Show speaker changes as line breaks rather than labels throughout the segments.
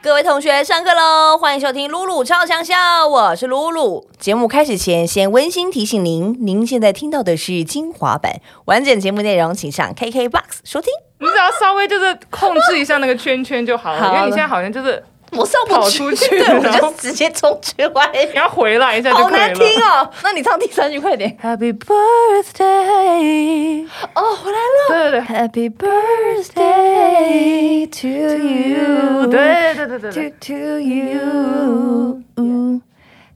各位同学，上课喽！欢迎收听露露超强笑，我是露露。节目开始前，先温馨提醒您，您现在听到的是精华版，完整节目内容请上 KKBOX 收听。
你只要稍微就是控制一下那个圈圈就好了，
好
因为你现在好像就是
我上不
跑
去，
出去
对，我
然
就
后
直接冲去外
你要回来一下就
好
可以
难听
了。
哦！那你唱第三句快点。
Happy birthday！
哦，回来了。
对对对
Happy birthday to you.
对对对对
To
对，
to you.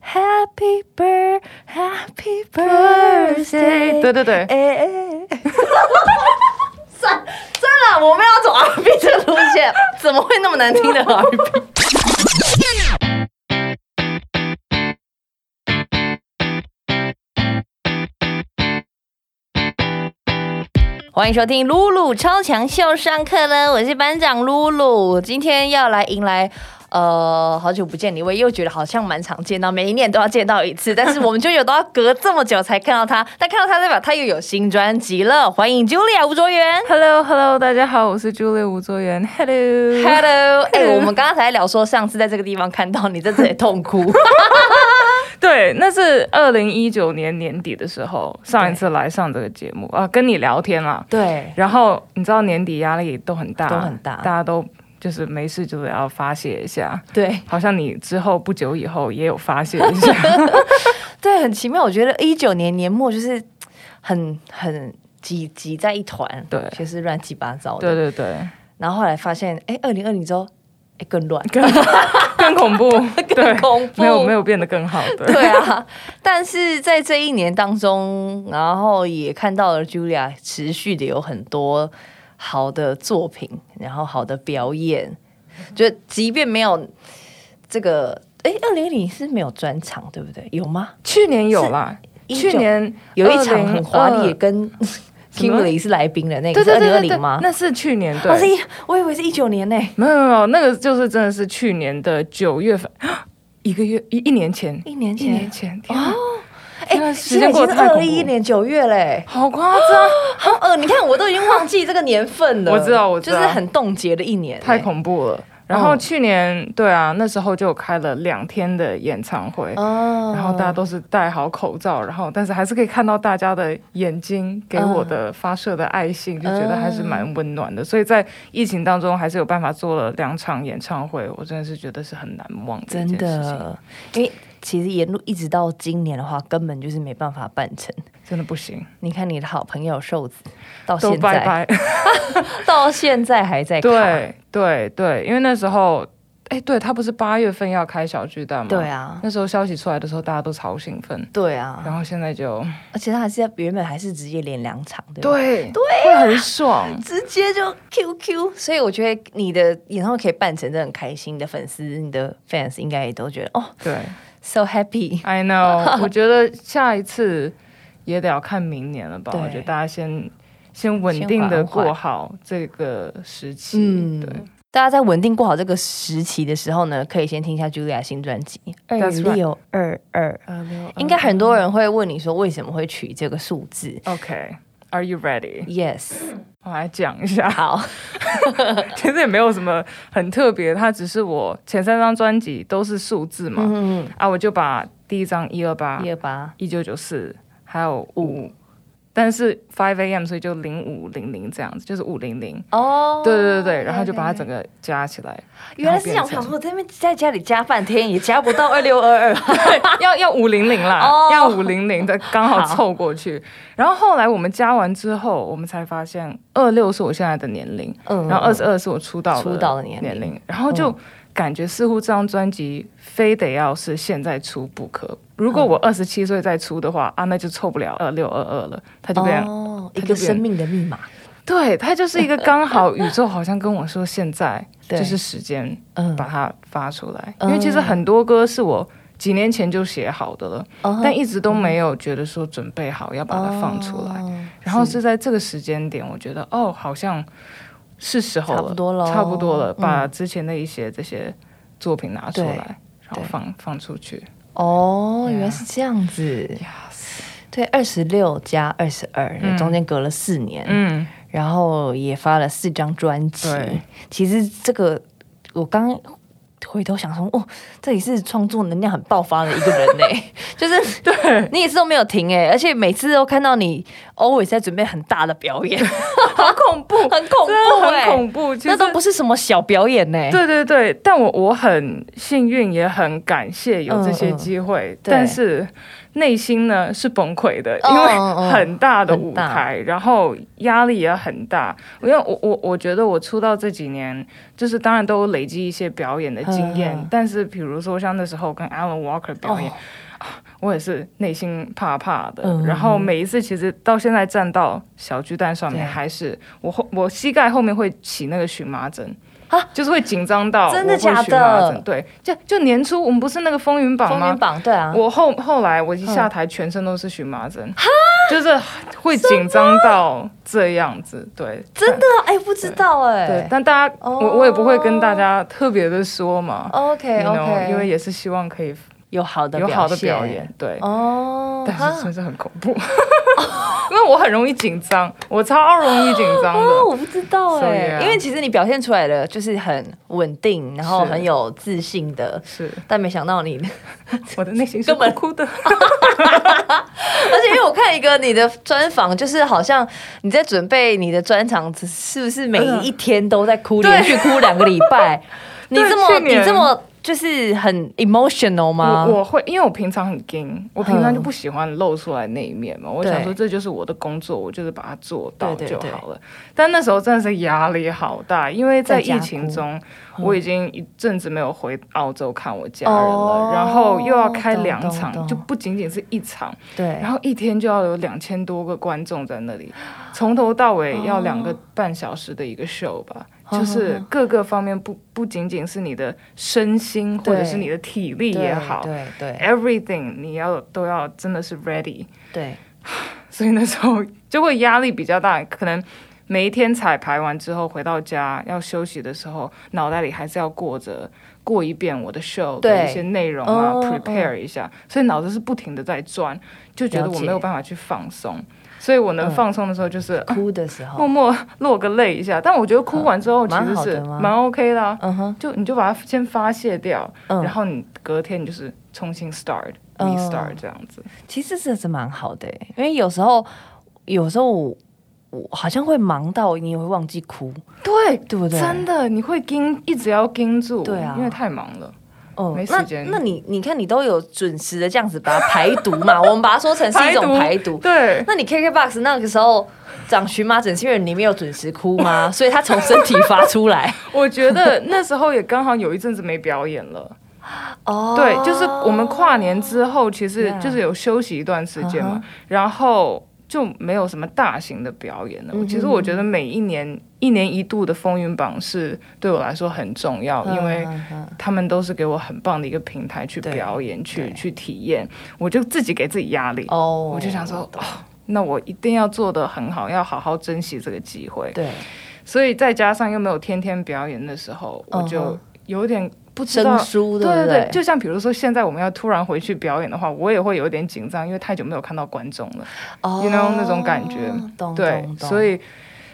Happy birth, Happy birthday.
对对对
哎哎哎。 算算了，我们要走 R&B 这个路线，怎么会那么难听的 R&B？欢迎收听露露超强秀上课呢，我是班长露露，今天要来迎来。呃，好久不见你，我又觉得好像蛮常见到，每一年都要见到一次，但是我们就有都要隔这么久才看到他，但看到他代表他又有新专辑了，欢迎 Julia 吴卓 源。
Hello Hello，大家好，我是 Julie 吴卓源。Hello，
Hello，哎、我们刚刚才聊说上次在这个地方看到你，在这里痛哭，
对，那是二零一九年年底的时候，上一次来上这个节目啊，跟你聊天啦。
对，
然后你知道年底压力都很大，
都很大
大家都就是没事就是要发泄一下。
对
好像你之后不久以后也有发泄一下，
对，很奇妙。我觉得一九年年末就是很很挤挤在一团，
对
就是乱七八糟的。
对对对，
然后后来发现，哎，二零二零之后，哎，更乱，
更更恐怖，对
恐怖
没有没有变得更好，对。
对啊。但是在这一年当中，然后也看到了 Julia 持续的有很多好的作品，然后好的表演，就即便没有这个。哎，二零零是没有专场，对不对？有吗？
去年有啦，
19
去年
有一场很华丽，也
2022，
跟
什么
Kimberly 是来宾的那个，
对
是
对
二零二
对对对
零吗？
那哦是去年
我是
对，
一，我以为是一九年呢、
没有没有没有，那个就是真的是去年的九月份，一个月一一年前，
一年前
一年前，天啊，
哎、
天啊时
现在
间
已
过
经
得
是
太
二
恐
零一
怖，
年九月嘞、
好夸 张，
好呃，你看我都已经忘记这个年份了。
我知道我知道
就是很冻结的一年、欸
太
怖。
恐怖了。然后
嗯
去年对啊，那时候就开了两天的演唱会，
哦
然后大家都是戴好口罩，然后但是还是可以看到大家的眼睛给我
嗯
的发射的爱心，就觉得还是蛮温暖的。所以在疫情当中，还是有办法做了两场演唱会，我真的是觉得是很难忘的一
真
件事情，
的，因为其实沿路一直到今年的话，根本就是没办法办成。
真的不行，
你看你的好朋友瘦子，到
都
现在
拜拜。
到现在还在卡。
对对对，因为那时候，哎，对他不是八月份要开小巨蛋吗？
对啊
那时候消息出来的时候，大家都超兴奋，
对啊，
然后现在就
而且他还是在原本还是直接连两场，对啊吧？
对对，会很爽。
直接就 QQ，所以我觉得你的演唱会可以办成，真的很开心。你的粉丝、你的 fans 应该也都觉得哦
对。
，so happy。
I know，我觉得下一次也得要看明年了吧？
对
我觉得大家先先稳定的过好这个时期。
嗯
对，
大家在稳定过好这个时期的时候呢，可以先听一下 Julia 新专辑《二
That's right
六二二》。应该很多人会问你说为什么会取这个数字
OK。Are you ready？
？Yes，
我来讲一下，
好，
其实也没有什么很特别，它只是我前三张专辑都是数字嘛，
嗯，
啊，我就把第一张一二八
一、二八，
一九九四还有五，但是 Five A.M. 所以就零五零零这样子，就是五零零。
哦，
对对对，然后就把它整
个，
个加起来，
原来是这样，我
然
想
后变成
说我在那边在家里加半天也加不到二六二二，
要 要五零零啦，
哦
要五零零的刚好
好
凑过去。然后后来我们加完之后，我们才发现二六是我现在的年龄，
嗯
然后二十二是我出道的
出道的年龄嗯
年龄，然后就感觉似乎这张专辑非得要是现在出不可。
嗯
如果我二十七岁再出的话，啊，那就凑不了二六二二了，它就变、
哦，一
它就
个
变
生命的密码，
对，它就是一个刚好宇宙好像跟我说现在
对
就是时间
嗯
把它发出来，
嗯
因为其实很多歌是我几年前就写好的了，
哦
但一直都没有觉得说准备好要把它放出来，
哦
然后是在这个时间点，我觉得哦，好像是时候了，
差不多咯
差不多了，
嗯
把之前的一些这些作品拿出
对
来，然后
对
放放出去。
哦，
对啊
原来是这样子。对，二十六加二十二，
嗯
中间隔了四年。
嗯，
然后也发了四张专辑
对。
其实这个我刚回头想说，哦，这也是创作能量很爆发的一个人呢、 就是对你也是都没有停哎、而且每次都看到你 always 在准备很大的表 演，好恐怖，很恐
真
怖、
的
欸，
很恐怖，其
那
实
都不是什么小表演欸呢、
对对对，但我我很幸运，也很感谢有这些机会，
对
但是内心呢是崩溃的，
嗯
因
嗯嗯
为很大的舞
很
台，然后压力也很大。
嗯
因为我我我觉得我出道这几年，就是当然都有累积一些表演的经验，
嗯嗯
但是比如说像那时候跟 Alan Walker 表演。
哦
啊我也是内心怕怕的，
嗯嗯嗯
然后每一次其实到现在站到小巨蛋上面，
对
还是我后我膝盖后面会起那个荨麻疹，
啊
就是会紧张到
真的
我会荨麻
假的
疹对，就就年初我们不是那个风云榜
风
吗
云？榜对啊，
我后后来我一下台，全身都是荨麻疹，就是会紧张到这样子，对，
真的哎、不知道哎、
但对，但大家
哦
我我也不会跟大家特别的说嘛
OK
you know，
OK，
因为也是希望可以
有好的
有好的
现
表演，对，
哦，
但
哈
是真是很恐怖， 因为我很容易紧张，我超容易紧张
哦，
的，
我不知道
So,
哎、
yeah.
因为其实你表现出来的就是很稳定，然后
是
很有自信的，
是
但没想到你，
我的内心是
根本
哭哭的。
而且因为我看一个你的专访，就是好像你在准备你的专场，是不是每一天都在哭，
对
连续哭两个礼 拜？你这么
去
你
年
这么就是很 emotional 吗？
我我会，因为我平常很硬，我平常就
嗯
不喜欢露出来那一面嘛。我
对
想说这就是我的工作，我就是把它做到
对对
就
对
好了。但那时候真的是压力好大，因为在
在家
疫情
哭
中，
嗯
我已经一阵子没有回澳洲看我家人了，
哦
然后又要开
懂
两
懂
场，
懂
就不仅仅是一场，
对
然后一天就要有两千多个观众在那里，从头到尾要两个半小时的一个 show 吧，
哦
就是各个方面不不仅仅是你的身心或者
对
是你的体力
对
也好
对对
，everything 你要都要真的是 ready，
对，
所以那时候就会压力比较大，可能。每一天彩排完之后回到家要休息的时候，脑袋里还是要过着过一遍我的 show
对
的一些内容啊、
哦
p r e p a r e 一下，所以脑子是不停的在转，就觉得
了解
我没有办法去放松，所以我能
嗯
放松的时候就是、啊
哭的时候
默，默落个泪一下。但我觉得哭完之后
嗯
其实
蛮
是
好的吗
蛮 OK 的、啊，
嗯哼，
就你就把它先发泄掉，
嗯
然后你隔天你就是重新 start、
嗯
restart 这样子。
其实这是蛮好的欸、因为有时候有时候我我好像会忙到你也会忘记哭，
对。
对不对？
真的，你会盯，一直要盯住，
对啊
因为太忙了。
哦
没时
那
间
那你你看，你都有准时的这样子把它排毒 嘛？我们把它说成是一种排毒。
对，
那你 KKBOX 那个时候长荨麻疹，是因为你没有准时哭 吗？所以它从身体发出来。
我觉得那时候也刚好有一阵子没表演 了。
哦
对，就是我们跨年之后，其实
Yeah
就是有休息一段时间嘛然后就没有什么大型的表演了。
嗯哼
其实我觉得每一年一年一度的风云榜是对我来说很重要，因为
嗯嗯
他们都是给我很棒的一个平台去
对
表演、去
对
去体验，我就自己给自己压力，
哦，
我就想说，哦，那我一定要做的很好，要好好珍惜这个机会。
对，
所以再加上又没有天天表演的时候，我
嗯
就
哼
有点不知
生
道。
疏
对
不
对
对？
就像比如说，现在我们要突然回去表演的话，我也会有点紧张，因为太久没有看到观众了。
哦
you know，那种感觉
懂
对
懂，懂。
所以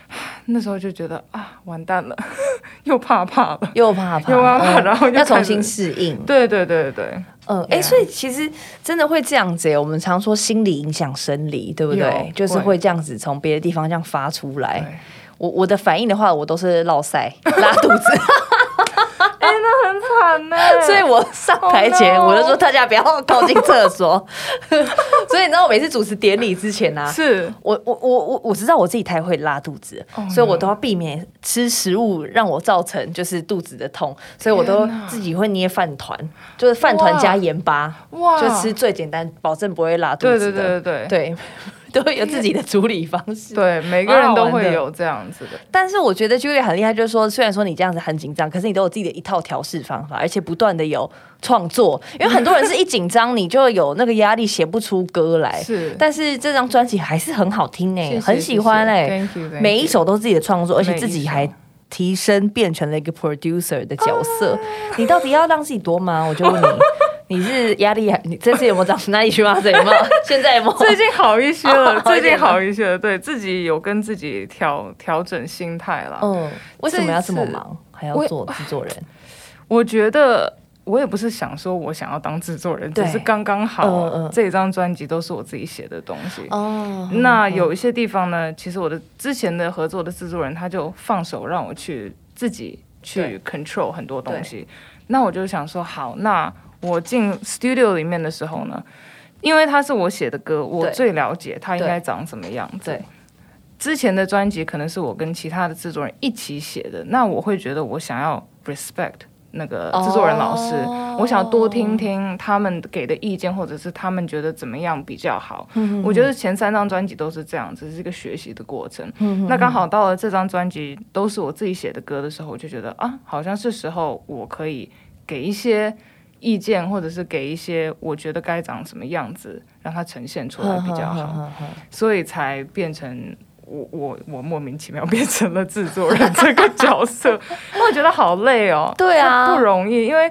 唉那时候就觉得啊，完蛋了， 又怕怕了。
又怕怕，
又怕怕
嗯
然后就
要重
开始
新适应。
对对对对对，啊
嗯，哎、
Yeah
所以其实真的会这样子耶。欸我们常说心理影响生理，对不对
有？
就是
会
会这样子从别的地方这样发出来
对。
我我的反应的话，我都是落塞 拉肚 子，
哎、那很惨呢、
所以我上台前
Oh no
我就说大家不要靠近厕所。 所以你知道，我每次主持典礼之前啊，
是
我我我我我知道我自己太会拉肚子
Oh no
所以我都要避免吃食物让我造成就是肚子的痛，所以我都
天哪
自己会捏饭团，就是饭团
哇
加盐巴，
哇，
就吃最简单，保证不会拉肚
对
子
对
的。
对对对
对 都会有自己的处理方式。
对，每个
蛮
人
好
都
玩
会
的
有这样子的，
但是我觉得 Julia 很厉害，就是说，虽然说你这样子很紧张，可是你都有自己的一套调试方法，而且不断的有创作。因为很多人是一紧张，你就有那个压力，写不出歌来。
是，
但是这张专辑还是很好听哎、
谢谢
很喜欢哎、
谢谢 Thank you, thank you
每一首都是自己的创作，而且
每一
自己
首
还提升变成了一个 producer 的角色。你到底要让自己多忙？我就问你，你是压力还？你这次有没有长哪里荨麻疹？有没有？现在有没有？
最近好一些
哦
了，
好一
最
点
近
了
好一些了。对自己有跟自己调调整心态啦。
嗯，为什么要这么
这一次
忙，还要
我
做制作人？
我觉得我也不是想说我想要当制作人，
对
只是刚刚好、
嗯嗯
这一张专辑都是我自己写的东西。
哦
那有一些地方呢，其实我的之前的合作的制作人他就放手让我去自己去 control 很多东西，那我就想说好，那我进 studio 里面的时候呢，因为他是我写的歌，我
对
最了解他应
对
该长什么样子。
对
之前的专辑可能是我跟其他的制作人一起写的，那我会觉得我想要 respect 那个制作人老师，我想多听听他们给的意见，或者是他们觉得怎么样比较好。我觉得前三张专辑都是这样子，是一个学习的过程。那刚好到了这张专辑都是我自己写的歌的时候，我就觉得啊，好像是时候我可以给一些。意见，或者是给一些我觉得该长什么样子，让它呈现出来比 较
嗯
好。所以才变成我我我莫名其妙变成了制作人这个角 色，我觉得好累哦，
对啊
不容易，因为。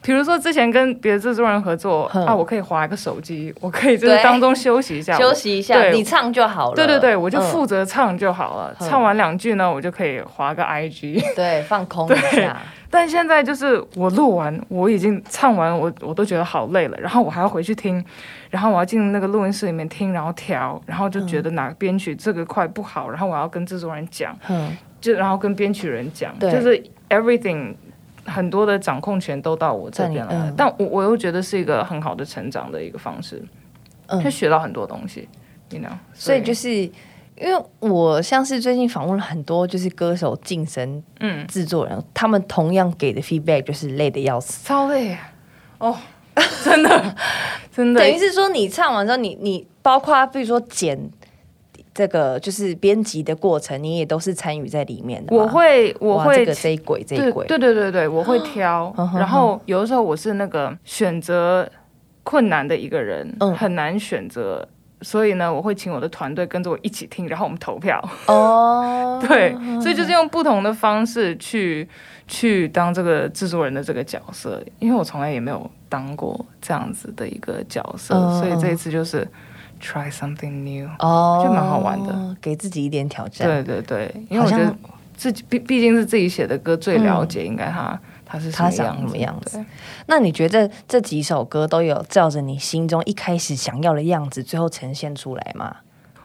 比如说，之前跟别的制作人合作
哼
啊，我可以划一个手机，我可以就是
对
当中休息一下，
休息一下，
对
你唱就好了。
对对对，我就
嗯
负责唱就好了。
哼
唱完两句呢，我就可以划个 IG。
对放空一下。
但现在就是我录完，我已经唱完，我我都觉得好累了，然后我还要回去听，然后我要进那个录音室里面听，然后调，然后就觉得哪个编曲这个块不好，然后我要跟制作人讲，
嗯，
就然后跟编曲人讲，
对
就是 everything 很多的掌控权都到我这边来
在
了，
你嗯
但我我又觉得是一个很好的成长的一个方式，
嗯
就学到很多东西，you know，
所以就是因为我像是最近访问了很多就是歌手晋升
嗯，
制作人，他们同样给的 feedback 就是累的要死。
超累啊哦， 真的真的
等于是说你唱完之后，你你包括比如说剪这个就是编辑的过程，你也都是参与在里面的吗。
我会我
哇
会
这个这一轨这一
对
轨，
对对对对，我会挑
嗯。哼
然后有的时候我是那个选择困难的一个人，
嗯
很难选择，所以呢，我会请我的团队跟着我一起听，然后我们投票。
哦，
对，所以就是用不同的方式去去当这个制作人的这个角色，因为我从来也没有当过这样子的一个角色，
嗯
所以这一次就是 try something new。
哦，
就蛮好玩的，
给自己一点挑战。
对对对，因为
好
我觉
像嗯
得自己毕毕竟是自己写的歌，最了解应该他他是什
他
么
长
样
什么
子
样子
对
那你觉得这几首歌都有照着你心中一开始想要的样子，最后呈现出来吗？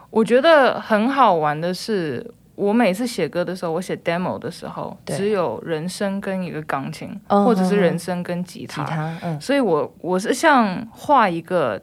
我觉得很好玩的是，我每次写歌的时候，我写 demo 的时候，
对
只有人声跟一个钢琴，
嗯
或者是
嗯
人声跟吉
吉
他。
他，嗯，
所以我我是像画一个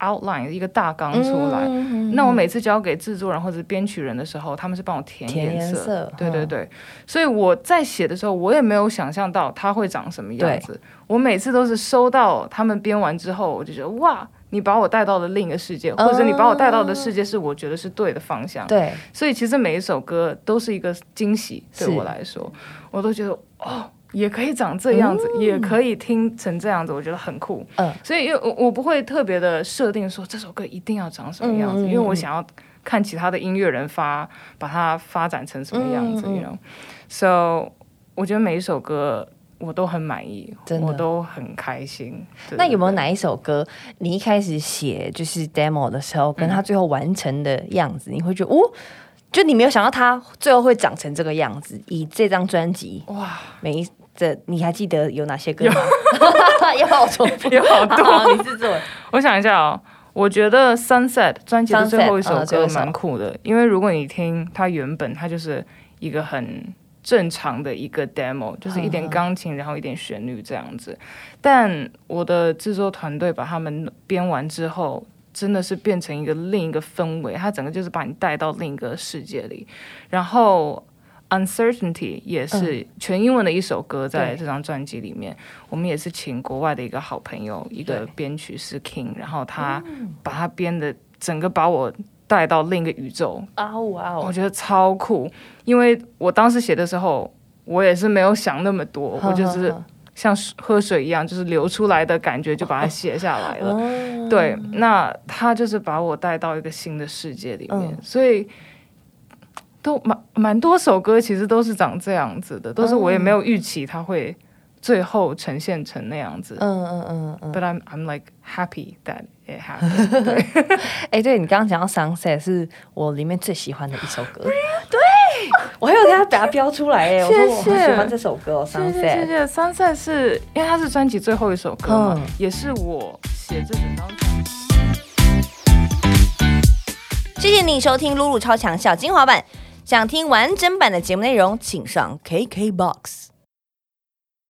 outline 一个大纲出来。
嗯
那我每次交给制作人或者编曲人的时候，他们是帮我填
填
颜
颜
色，
色
对对
嗯
对。所以我在写的时候，我也没有想象到它会长什么样子。我每次都是收到他们编完之后，我就觉得哇，你把我带到了另一个世界，或者你把我带到的
哦
世界是我觉得是对的方向。
对，
所以其实每一首歌都是一个惊喜，
是
对我来说，我都觉得哦，也可以长这样子，也可以听成这样子，我觉得很酷。
嗯
所以因为我我不会特别的设定说这首歌一定要长什么样
嗯
子，
嗯嗯
因为我想要看其他的音乐人发把它发展成什么样子
嗯嗯嗯
y o So，我觉得每一首歌。我都很满意
真，的
我都很开心。对
那有没有
对嗯
哪一首歌，你一开始写就是 demo 的时候，跟它最后完成的样子，你会觉得哦，就你没有想到它最后会长成这个样子？以这张专辑，
哇，
每一这你还记得有哪些 歌吗？ 要不要我重复？
有好 多
你制作人
我想一下哦，我觉得《Sunset》专辑的最后一首
Sunset，嗯最后
歌
一首
蛮酷的，因为如果你听它原本，它就是一个很正常的一个 demo，就是一
嗯
点钢琴，然后一点旋律这样子。但我的制作团队把他们编完之后。真的是变成一个另一个氛围，它整个就是把你带到另一个世界里。然后《Uncertainty》也是
嗯
全英文的一首歌，在
对
这张专辑里面，我们也是请国外的一个好朋友，一个
对
编曲师 King，然后他把他编的整个把我带到另一个宇宙，
啊哇
我
哦，
觉得超酷。因为我当时写的时候，我也是没有想那么多，我就只是像喝水一样，就是流出来的感觉就把它写下来了。
嗯
对，那他就是把我带到一个新的世界里面，
嗯
所以
嗯
都蛮蛮多首歌其实都是长这样子的，都是我也没有预期他会最后呈现成那样子。
嗯嗯嗯嗯，
But I'm I'm like happy that it happened 对。
哎、对你刚刚讲到 sunset 是我里面最喜欢的一首歌，对，我还有给他把它标出来哎，我说我
谢谢
很喜欢这首歌哦
谢谢
，sunset。
谢谢。Sunset 是因为它是专辑最后一首歌嘛，
嗯
也是我写这整张专辑。
谢谢你收听露露超强小精华版，想听完整版的节目内容，请上 KKBOX。